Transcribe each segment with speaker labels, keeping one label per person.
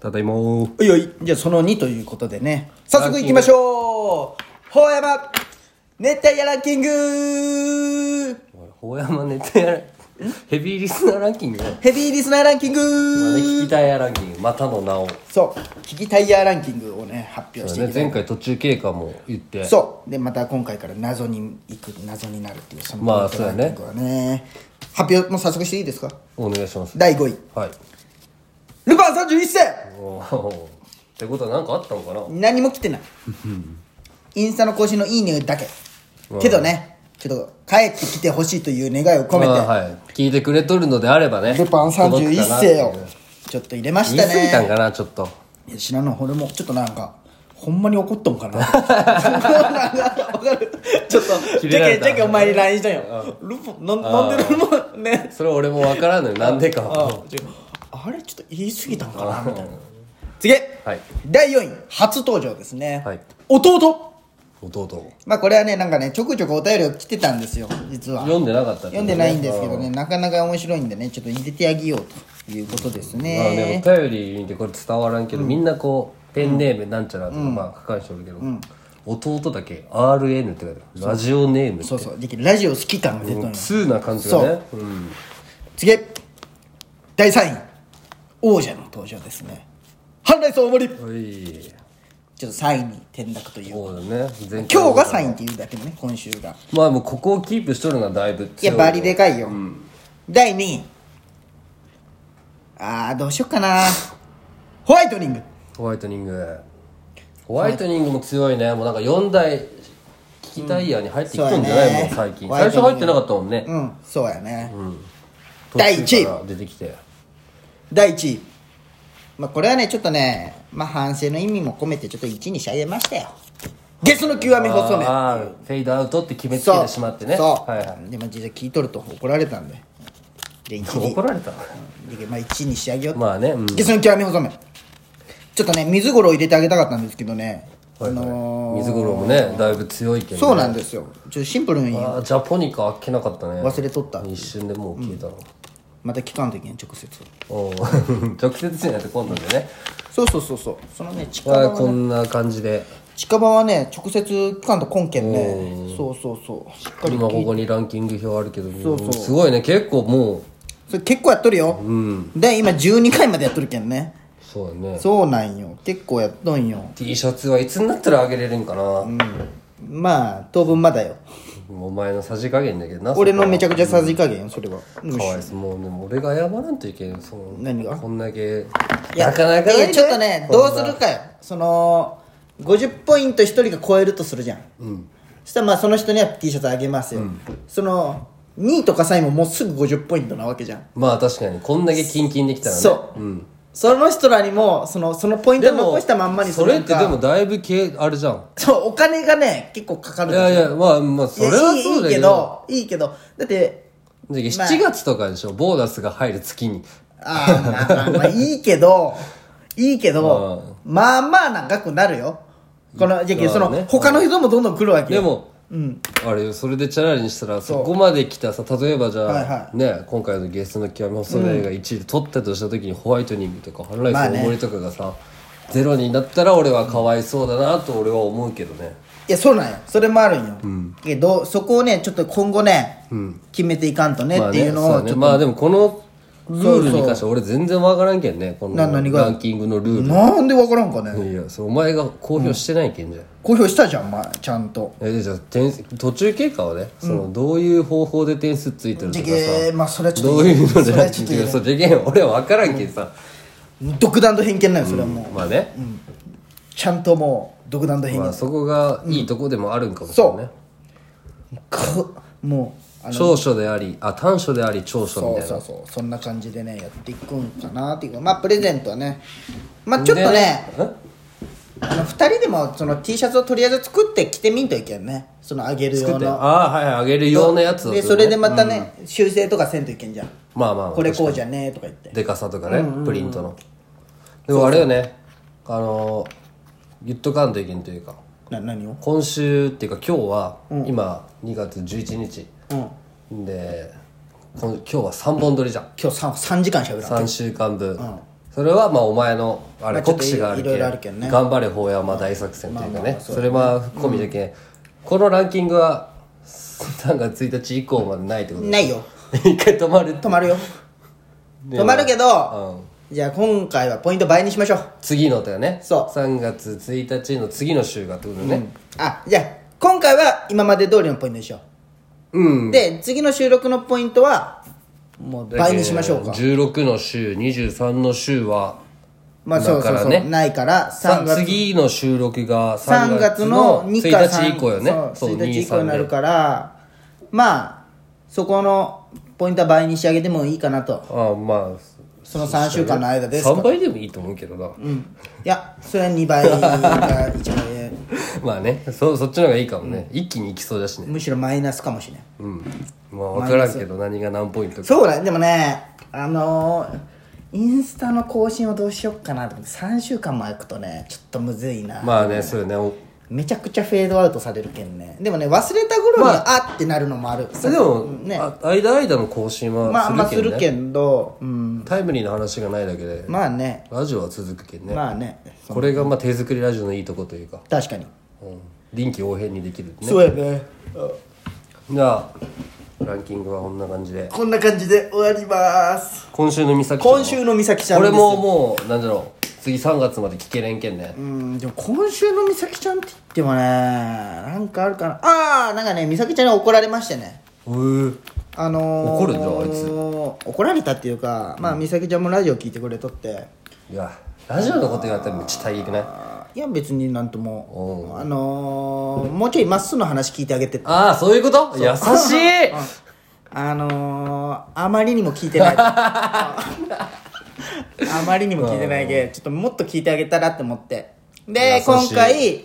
Speaker 1: ただいまー
Speaker 2: おいおいじゃあその2ということでね早速いきましょうほうやま熱帯夜ランキング
Speaker 1: おいほうやまネタやらヘビーリスナーランキングね
Speaker 2: ヘビーリスナーランキン
Speaker 1: まだ
Speaker 2: グ
Speaker 1: 聞きたいやランキングまたの名を
Speaker 2: そう聞きたいヤーランキングをね発表してい
Speaker 1: ね
Speaker 2: きたい
Speaker 1: 前回途中経過も言って
Speaker 2: そうでまた今回から謎にいく謎になるっていうその
Speaker 1: まあそうやね
Speaker 2: ランキングはね発表もう早速していいですか
Speaker 1: お願いします
Speaker 2: 第5位
Speaker 1: はい
Speaker 2: ルパン31世
Speaker 1: おーってことは何かあったのかな
Speaker 2: 何も来てないインスタの更新のいいねだけけどねちょっと帰ってきてほしいという願いを込めて、
Speaker 1: まあはい聞いてくれとるのであればね
Speaker 2: ルパン
Speaker 1: 届くかな
Speaker 2: 31
Speaker 1: っていう
Speaker 2: 世をちょっと入れまし
Speaker 1: 言い
Speaker 2: た
Speaker 1: 過ぎたん
Speaker 2: ね
Speaker 1: かなちょっと
Speaker 2: いや知らんの俺もちょっとなんかほんまに怒っとん かな なんかわかるちょっと
Speaker 1: キ
Speaker 2: じ
Speaker 1: レ
Speaker 2: ゃ
Speaker 1: られ
Speaker 2: け
Speaker 1: た
Speaker 2: じゃけお前に LINE したんよルパンなんなんでルパンね
Speaker 1: それ俺も分からんのよなんでか
Speaker 2: あちょあれちょっと言い過ぎたんかなみたいな次、
Speaker 1: はい
Speaker 2: 第4位初登場ですね、
Speaker 1: はい
Speaker 2: 弟
Speaker 1: 弟
Speaker 2: まあこれはねなんかねちょくちょくお便りを来てたんですよ実は
Speaker 1: 読んでなかったってことね
Speaker 2: 読んでないんですけどねなかなか面白いんでねちょっと入れてあげようということです
Speaker 1: まあね
Speaker 2: ね、
Speaker 1: お便り見てこれ伝わらんけど、みんなこうペンネームなんちゃらとか、まあ書かんしておるけど、弟だけ RN って書いてあるラジオネームって
Speaker 2: そうそうできるラジオ好き感が出てるのよ
Speaker 1: 通な感じがねう、ん、
Speaker 2: 次第3位王者の登場ですね反来層大盛り
Speaker 1: おい
Speaker 2: ちょっと3位に転落という
Speaker 1: そうだね前回
Speaker 2: 今日が3位っていうだけでね今週が
Speaker 1: まあもうここをキープしとるのはだいぶ
Speaker 2: いや
Speaker 1: 強
Speaker 2: バリで
Speaker 1: い
Speaker 2: かいよ、第2位あーどうしよっかなホワイトニング
Speaker 1: ホワイトニングホワイトニングも強いねもうなんか4台聞きたいやに入ってきとんじゃない、
Speaker 2: うんそうやね
Speaker 1: もう最近
Speaker 2: ホ
Speaker 1: 最
Speaker 2: ワイ
Speaker 1: 初
Speaker 2: トニング
Speaker 1: 入ってなかったもんね、
Speaker 2: うんそうやね、第
Speaker 1: 途
Speaker 2: 一位
Speaker 1: 中から出てきて
Speaker 2: 第1位まあこれはねちょっとねまあ反省の意味も込めてちょっと1位に仕上げましたよゲスの極み細め
Speaker 1: あーフェイドアウトって決めつけてしまってね
Speaker 2: そう、
Speaker 1: はいはい
Speaker 2: でも実際聞いとると怒られたんでで1 位
Speaker 1: 怒られた
Speaker 2: で、まあ、1位に仕上げようと、
Speaker 1: まあね、うん、
Speaker 2: ゲスの極み細めちょっとね水五郎入れてあげたかったんですけどね、
Speaker 1: はい
Speaker 2: あ
Speaker 1: はい
Speaker 2: のー
Speaker 1: 水五郎もねだいぶ強いけど、ね、
Speaker 2: そうなんですよちょっとシンプルに
Speaker 1: あージャポニカあっけなかったね
Speaker 2: 忘れとった
Speaker 1: 一瞬でもう消えたの、
Speaker 2: また聞かんといけん直接
Speaker 1: おう 直接じゃなくて今度でね
Speaker 2: そうそうそうそうそのね近場
Speaker 1: まあ
Speaker 2: は
Speaker 1: こ
Speaker 2: ね
Speaker 1: んな感じで
Speaker 2: 近場はね直接聞かんと根県ねそうそうそうしっかり
Speaker 1: 今
Speaker 2: 聞
Speaker 1: こ
Speaker 2: い
Speaker 1: こにランキング表あるけど
Speaker 2: そうそう
Speaker 1: すごいね結構もう
Speaker 2: それ結構やっとるよ、で今12回までやっとるけんね
Speaker 1: そうだね
Speaker 2: そうなんよ結構やっとんよ
Speaker 1: T シャツはいつになったらあげれるんかな、
Speaker 2: まあ当分まだよ
Speaker 1: お前のさじ加減だけどな
Speaker 2: 俺
Speaker 1: そ
Speaker 2: のめちゃくちゃさじ加減よそれは
Speaker 1: こはかわいそうもうでも俺が謝らんといけんその
Speaker 2: 何が
Speaker 1: こんだけ
Speaker 2: いや
Speaker 1: なかなか
Speaker 2: いや
Speaker 1: ね
Speaker 2: ちょっとね
Speaker 1: こん
Speaker 2: ど
Speaker 1: な
Speaker 2: うするかよその50ポイント1人が超えるとするじゃん、そしたらまあその人には T シャツあげますよ、その2位とか3位ももうすぐ50ポイントなわけじゃん、
Speaker 1: まあ確かにこんだけキンキンできたらね
Speaker 2: そう、その人らにもそのそのポイント残したまんまにす
Speaker 1: そ
Speaker 2: る
Speaker 1: れ
Speaker 2: の
Speaker 1: って
Speaker 2: か
Speaker 1: でもだいぶけあれじゃん
Speaker 2: そうお金がね結構かかる
Speaker 1: い
Speaker 2: んですよ
Speaker 1: やいやまあまあそ
Speaker 2: いや
Speaker 1: れはい
Speaker 2: い
Speaker 1: そうだ
Speaker 2: い
Speaker 1: け
Speaker 2: いけ
Speaker 1: ど
Speaker 2: どいいけどだって
Speaker 1: だけど
Speaker 2: まあ
Speaker 1: 7月とかでしょボーナスが入る月に
Speaker 2: あーまあまあまあいいけどいいけどまあまあな額になるよこのじゃあその、
Speaker 1: まあね
Speaker 2: 他の人もどんどん来るわけ
Speaker 1: で
Speaker 2: よ
Speaker 1: もあれよそれでチャラにしたらそこまで来たさ例えばじ
Speaker 2: はい
Speaker 1: ゃ
Speaker 2: は
Speaker 1: あね今回のゲストの極め細いが1位で取ったとした時にホワイトニングとかハンライス
Speaker 2: まあね
Speaker 1: 大盛りとかがさゼロになったら俺はかわいそうだなと俺は思うけどね
Speaker 2: いやそうなんよそれもあるんよ、けどそこをねちょっと今後ね、決めていかんとね、
Speaker 1: まあ
Speaker 2: ってい
Speaker 1: ね
Speaker 2: う
Speaker 1: そ
Speaker 2: の
Speaker 1: う
Speaker 2: をちょっ
Speaker 1: ね
Speaker 2: と、
Speaker 1: まあでもこのルール
Speaker 2: そう
Speaker 1: に
Speaker 2: そう
Speaker 1: 関しては俺全然わからんけんねこの
Speaker 2: な何が
Speaker 1: ランキングのルー
Speaker 2: なんでわからんかね
Speaker 1: ルいやそれお前が公表してないけんじゃん
Speaker 2: 公表したじゃんお前ちゃんと
Speaker 1: えじゃあ点数途中経過はね、そのどういう方法で点数ついてると
Speaker 2: じゃ
Speaker 1: か
Speaker 2: け
Speaker 1: さ
Speaker 2: まあそれはちょ
Speaker 1: ど
Speaker 2: っ
Speaker 1: う
Speaker 2: と
Speaker 1: いうの
Speaker 2: そ
Speaker 1: で
Speaker 2: れ
Speaker 1: ラ
Speaker 2: は
Speaker 1: ンキン
Speaker 2: ちょっ
Speaker 1: グ
Speaker 2: と
Speaker 1: がそうじゃけん俺は分からんけんさ、
Speaker 2: 独断と偏見なんよそれはもう、
Speaker 1: まあね、
Speaker 2: ちゃんともう独断と偏見、
Speaker 1: まあ、そこがいいとこでもあるんかもしれ
Speaker 2: そ
Speaker 1: な
Speaker 2: う
Speaker 1: いね、
Speaker 2: こもうあの
Speaker 1: 長所でありあ短所であり長所みた
Speaker 2: そ
Speaker 1: いうな
Speaker 2: そうそうそんな感じでねやっていくんかなっていうかまあプレゼントはねまあちょっと
Speaker 1: で
Speaker 2: ね
Speaker 1: ん
Speaker 2: あの2人でもその T シャツをとりあえず作って着てみんといけんねそのあげる
Speaker 1: 作
Speaker 2: 用
Speaker 1: って
Speaker 2: の
Speaker 1: ああはいはいあげるようなやつを
Speaker 2: で
Speaker 1: ね
Speaker 2: それでまたね、修正とかせんといけんじゃん
Speaker 1: まあまあ
Speaker 2: これこうじゃねえとか言って
Speaker 1: でかさとかね、プリントのでもあれよねあの言っとかんといけんというか
Speaker 2: な何を
Speaker 1: 今週っていうか今日は、今2月11日
Speaker 2: うん今
Speaker 1: でこの今日は3本撮りじゃん
Speaker 2: 日 3, 三時間しゃべらん
Speaker 1: 3週間分、それはまあお前のあ
Speaker 2: ま
Speaker 1: れ
Speaker 2: あちょ
Speaker 1: 国
Speaker 2: っと
Speaker 1: 士がある
Speaker 2: いろ
Speaker 1: け
Speaker 2: いろあるけどね
Speaker 1: 頑張れ法山大作戦というか
Speaker 2: まあま
Speaker 1: ね
Speaker 2: あそう
Speaker 1: それは込みじゃけんこのランキングは3月1日以降までないってこと
Speaker 2: ないよ
Speaker 1: で一回止まる
Speaker 2: 止まるよ
Speaker 1: で
Speaker 2: 止まるけど
Speaker 1: うん
Speaker 2: じゃあ今回はポイント倍にしましょう
Speaker 1: 次のだよね
Speaker 2: そう
Speaker 1: 3月1日の次の週がってことだよね
Speaker 2: あじゃあ今回は今まで通りのポイントにしよ
Speaker 1: うん
Speaker 2: うで次の収録のポイントはもう倍にしましょうか
Speaker 1: 16の週23の週は
Speaker 2: まあそうそう
Speaker 1: だ
Speaker 2: そ
Speaker 1: か
Speaker 2: う、
Speaker 1: らね
Speaker 2: ないから
Speaker 1: さ
Speaker 2: 3月
Speaker 1: 次の収録が
Speaker 2: 3
Speaker 1: 3
Speaker 2: 月
Speaker 1: 月
Speaker 2: の
Speaker 1: の
Speaker 2: 2か3
Speaker 1: 1日以降よね
Speaker 2: そう
Speaker 1: そう
Speaker 2: 1日以降
Speaker 1: 23
Speaker 2: になる
Speaker 1: で
Speaker 2: からまあそこのポイントは倍にしてあげてもいいかなと
Speaker 1: ああまあ
Speaker 2: その3週間の間ですか
Speaker 1: 3倍でもいいと思うけどな、
Speaker 2: いやそれは2倍が一番いい
Speaker 1: まあねそそっちの方がいいかもね、一気にいきそうだしね
Speaker 2: むしろマイナスかもしれない
Speaker 1: うんまあ分からんけど何が何ポイントか
Speaker 2: そうだねでもねあのーインスタの更新をどうしよっかなと思って3週間も空くとねちょっとむずいな、
Speaker 1: まあねそうよねお
Speaker 2: めちゃくちゃフェードアウトされるけんねでもね忘れた頃に、あ、ってなるのもある
Speaker 1: でも、
Speaker 2: ね
Speaker 1: あ間間の更新
Speaker 2: まあま
Speaker 1: は
Speaker 2: あ
Speaker 1: す
Speaker 2: す
Speaker 1: るけんね、
Speaker 2: るけど、うん、
Speaker 1: タイムリーな話がないだけで、
Speaker 2: まあね
Speaker 1: ラジオは続くけんね、
Speaker 2: まあね
Speaker 1: これがまあ手作りラジオのいいとこというか、
Speaker 2: 確かに、
Speaker 1: うん、臨機応変にできるね
Speaker 2: そうやね
Speaker 1: じゃあランキングはこんな感じで
Speaker 2: こんな感じで終わります
Speaker 1: 今週の美咲ちゃんは
Speaker 2: 今週の美咲ちゃん
Speaker 1: こ
Speaker 2: で
Speaker 1: れ
Speaker 2: す
Speaker 1: ももうなんだろう次3月まで聞けれんけんね、
Speaker 2: うんでも今週の美咲ちゃんって言ってもねなんかあるかなああなんかね美咲ちゃんに怒られましてね
Speaker 1: うん、
Speaker 2: あのー、
Speaker 1: 怒るんだあい
Speaker 2: つ怒られたっていうか、まあ美咲ちゃんもラジオ聞いてくれとって
Speaker 1: いやラジオのこと言われたらめっちゃ大変くないあ
Speaker 2: あいや別になんともあのー、もうちょいまっすぐの話聞いてあげて
Speaker 1: あーそういうこと優し い
Speaker 2: あのー、あまりにも聞いてないあまりにも聞いてないけどちょっともっと聞いてあげたらって思って
Speaker 1: 優
Speaker 2: で
Speaker 1: しい
Speaker 2: 今回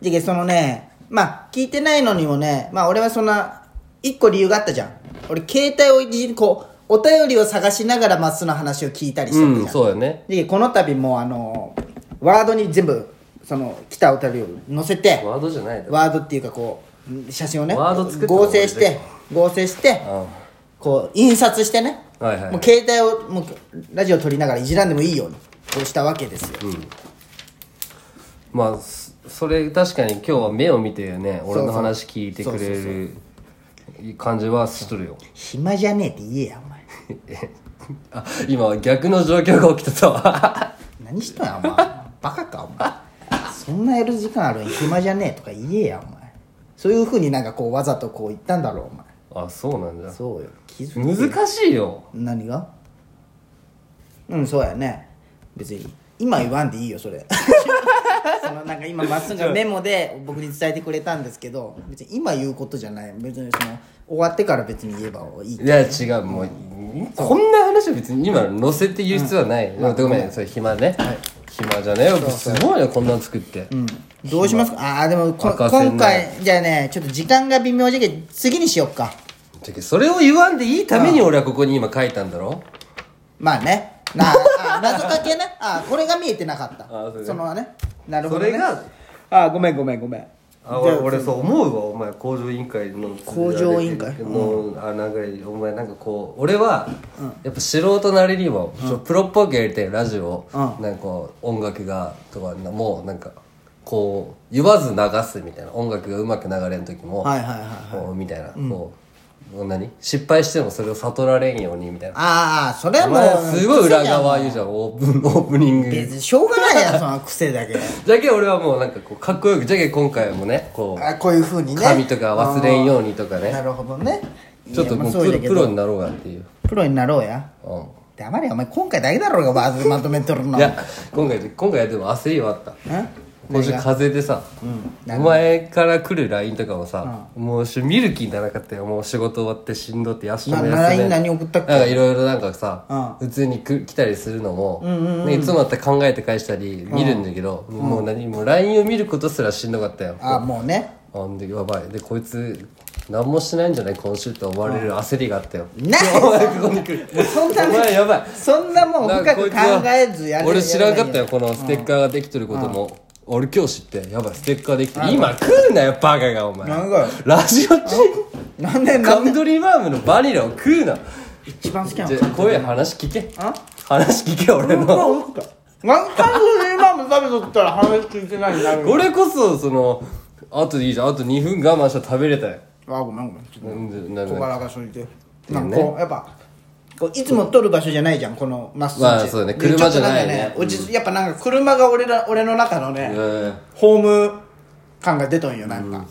Speaker 2: じゃあそのねまあ聞いてないのにもねまあ俺はそんな一個理由があったじゃん俺携帯をいじりこうお便りを探しながらまっすぐの話を聞いたりしてたじゃん、
Speaker 1: うんそうよね
Speaker 2: でこの度もうあのーワードに全部その来たお便りを載せて
Speaker 1: ワードじゃないだろ
Speaker 2: ワードっていうかこうん写真をね
Speaker 1: ワード作った方が
Speaker 2: 合成して合成してこう印刷してね、
Speaker 1: はいはい
Speaker 2: もう携帯をもうラジオ撮りながらいじらんでもいいようにこうしたわけですよ、
Speaker 1: まあそそれ確かに今日は目を見てね
Speaker 2: うそう
Speaker 1: 俺の話聞いてくれる感じはするよ
Speaker 2: 暇じゃねえって言えやお前
Speaker 1: あ今逆の状況が起きてたわ
Speaker 2: 何しとんやお前バカかお前そんなやる時間あるん暇じゃねえとか言えやお前そういうふうになんかこうわざとこう言ったんだろうお前
Speaker 1: あそうなんだ
Speaker 2: そうよ気づ
Speaker 1: 難しいよ
Speaker 2: 何がうんそうやね別に今言わんでいいよそ れそのなんか今まっすぐがメモで僕に伝えてくれたんですけど別に今言うことじゃない別にその終わってから別に言えばいい
Speaker 1: いや違うもうこんな話は別に今載せて言う必要はない、ごめんそれ暇ね、暇じゃねえよすごいねこんなの作って、
Speaker 2: どうしますかああーでもこ
Speaker 1: 任せんな
Speaker 2: 今回じゃあねちょっと時間が微妙じゃけど次にしよっか
Speaker 1: じゃけそれを言わんでいいために俺はここに今書いたんだろ
Speaker 2: まあねなああ 謎かけねあーこれが見えてなかった
Speaker 1: あーそれね
Speaker 2: のはねなるほど、ね、
Speaker 1: それが
Speaker 2: あーごめんごめんごめん
Speaker 1: あ俺俺そう思うわお前工場委員会の
Speaker 2: 工場委員会
Speaker 1: の、あなんかお前なんかこう俺は、やっぱ素人なりにも、ちょプロっぽくやりたいラジオ、なんかこう音楽がとかなもうなんかこう言わず流すみたいな音楽がうまく流れん時も、
Speaker 2: はいはいはい
Speaker 1: こうみたいな、こうもう何失敗してもそれを悟られんようにみたいな
Speaker 2: ああそれは
Speaker 1: お
Speaker 2: も
Speaker 1: 前
Speaker 2: う
Speaker 1: すごい裏側言うじゃんオープンオープニング
Speaker 2: 別にしょうがないやんその癖だけ
Speaker 1: じゃけ俺はもうなんかこうかっこよくじゃけ今回もねこう
Speaker 2: あこういうふうにね
Speaker 1: 髪とか忘れんようにとか
Speaker 2: あーな
Speaker 1: ね
Speaker 2: るほどね
Speaker 1: ちょっと
Speaker 2: いやま
Speaker 1: も
Speaker 2: あ
Speaker 1: うプ
Speaker 2: そう
Speaker 1: ロ
Speaker 2: だけ
Speaker 1: プ
Speaker 2: ど
Speaker 1: ロになろうがっていう、
Speaker 2: プロになろうや
Speaker 1: う
Speaker 2: 黙れよお前今回だけだろうがまずまとめとるの
Speaker 1: ん、いや今回今回でも焦りはあった
Speaker 2: ん
Speaker 1: 今週風邪でさ、お前から来る LINE とかもさ、もうし見る気にならなかったよもう仕事終わってしんどって休み休
Speaker 2: な LINE 何送ったっけ
Speaker 1: なんかいろいろなんかさ、普通にく来たりするのも、ねいつもだったら考えて返したり見るんだけど、もう何もう LINE を見ることすらしんどかったよ
Speaker 2: あもうね
Speaker 1: あんでやばいでこいつ何もしてないんじゃない今週と思われる焦りがあったよ
Speaker 2: な
Speaker 1: お前ここに来る
Speaker 2: そんな
Speaker 1: お前やばい
Speaker 2: そんなもん
Speaker 1: なん
Speaker 2: 深
Speaker 1: かこ
Speaker 2: く考
Speaker 1: いつは
Speaker 2: えずやる
Speaker 1: 俺知らんかった
Speaker 2: や
Speaker 1: よこのステッカーができてることも俺今日知ってやばいステッカーできてる今食うなよバカがお前
Speaker 2: なんか
Speaker 1: ラジオ中
Speaker 2: ばいやんなんでな
Speaker 1: カ
Speaker 2: んで
Speaker 1: ントリーマームのバニラを食うな
Speaker 2: 一番好きな
Speaker 1: じ
Speaker 2: の
Speaker 1: ゃあ声話聞け
Speaker 2: あ
Speaker 1: 話聞け俺
Speaker 2: うんまあ
Speaker 1: の
Speaker 2: 美味しかったワンタン風で今も食べとったら話聞いてないになる
Speaker 1: これこそそのあといいじゃんあと2分我慢したら食べれたよ
Speaker 2: あごめんごめんちょっと
Speaker 1: うんな
Speaker 2: 小
Speaker 1: な
Speaker 2: 腹が空いて
Speaker 1: ね
Speaker 2: なんかこうやっぱこういつも撮る場所じゃないじゃんこのマス
Speaker 1: まあそうね車じゃないね
Speaker 2: 落ち着やっぱなんか車が俺ら俺の中のね、
Speaker 1: うん
Speaker 2: ホーム感が出とんよなんか、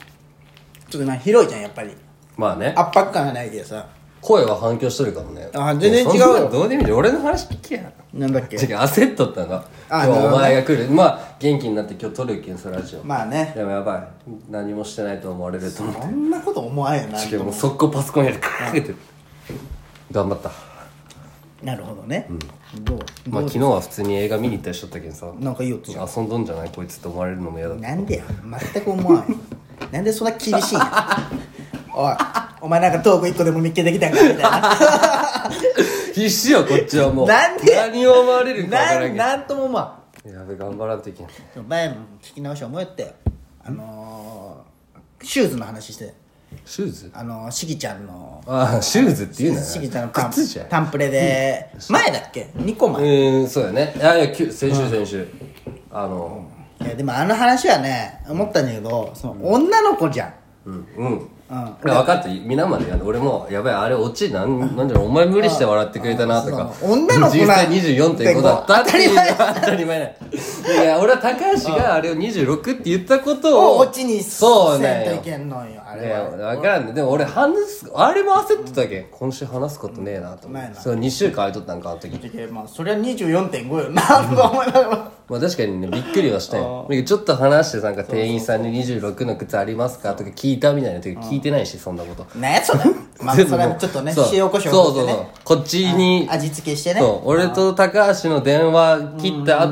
Speaker 2: ちょっとな広いじゃんやっぱり
Speaker 1: まあね
Speaker 2: 圧迫感がないけどさ
Speaker 1: 声は反響しとるかもね
Speaker 2: あ全然
Speaker 1: もそんな
Speaker 2: 違うよ
Speaker 1: どうでもいいじゃん俺の話聞けや
Speaker 2: なんだっけ
Speaker 1: 違う焦っとったが今
Speaker 2: あ
Speaker 1: 日
Speaker 2: なるほど
Speaker 1: お
Speaker 2: ね
Speaker 1: 前が来るまあ元気になって今日撮るけんさラジオ
Speaker 2: まあね
Speaker 1: でもやばい何もしてないと思われると思う
Speaker 2: そんなこと思わんよな
Speaker 1: しかも速攻パソコンやるカーって頑張った
Speaker 2: なるほどね、どう
Speaker 1: まあ昨日は普通に映画見に行ったりしとったけんさ
Speaker 2: なんかいい音じゃん
Speaker 1: 遊んどんじゃないこいつって思われるのも嫌だ
Speaker 2: なんでや全く思わんよなんでそんな厳しいんや おいお前なんかトーク一個でも見っけできたんかみたいな
Speaker 1: 必死よこっちはもう
Speaker 2: なんで
Speaker 1: 何を思われるか分からん
Speaker 2: な
Speaker 1: け
Speaker 2: ん
Speaker 1: ん
Speaker 2: なんとも思わ
Speaker 1: やべ頑張らんといけん
Speaker 2: ん前の聞き直し思えってあのー、シューズの話して
Speaker 1: シューズ
Speaker 2: あのー、しぎちゃんの
Speaker 1: ああシューズって言うなよ
Speaker 2: しぎちゃんのタン
Speaker 1: 靴じゃん
Speaker 2: タンプレで前だっけ2個
Speaker 1: う
Speaker 2: 前、
Speaker 1: ーんそうやねあいやきゅ先週先週あの
Speaker 2: いやでもあの話はね思ったんだけどその女の子じゃん
Speaker 1: うんうん
Speaker 2: うん
Speaker 1: いや分かった皆までやる俺もやばいあれ落ちなんなんじゃろお前無理して笑ってくれたなと
Speaker 2: あ
Speaker 1: か
Speaker 2: そう女の子
Speaker 1: 実
Speaker 2: な
Speaker 1: 際24.5だったっていう
Speaker 2: 当たり前
Speaker 1: 当たり前ないやいや俺は高橋があれを26って言ったことを
Speaker 2: をオチにせ
Speaker 1: そうね
Speaker 2: んといけんのよあ
Speaker 1: い
Speaker 2: れ
Speaker 1: や
Speaker 2: は
Speaker 1: 分からんねでも俺話すあれも焦ってたけん今週話すことねえなと思
Speaker 2: ない
Speaker 1: って
Speaker 2: な
Speaker 1: そう2週間空いとったんかあの時
Speaker 2: いやまあそりゃ24.5よなんと思いながら
Speaker 1: まあ確かにねびっくりはしたよだけどちょっと話してなんか店員さんに26の靴ありますかとか聞いたみたいな時聞いてないしそんなこと
Speaker 2: ねそれまあ
Speaker 1: 全部
Speaker 2: それはちょっとね
Speaker 1: そう
Speaker 2: 塩コショウ
Speaker 1: そう
Speaker 2: 振
Speaker 1: そ
Speaker 2: っ
Speaker 1: う
Speaker 2: て
Speaker 1: そう
Speaker 2: ね
Speaker 1: こっちに
Speaker 2: 味付けしてね
Speaker 1: そう俺と高橋の電話切った後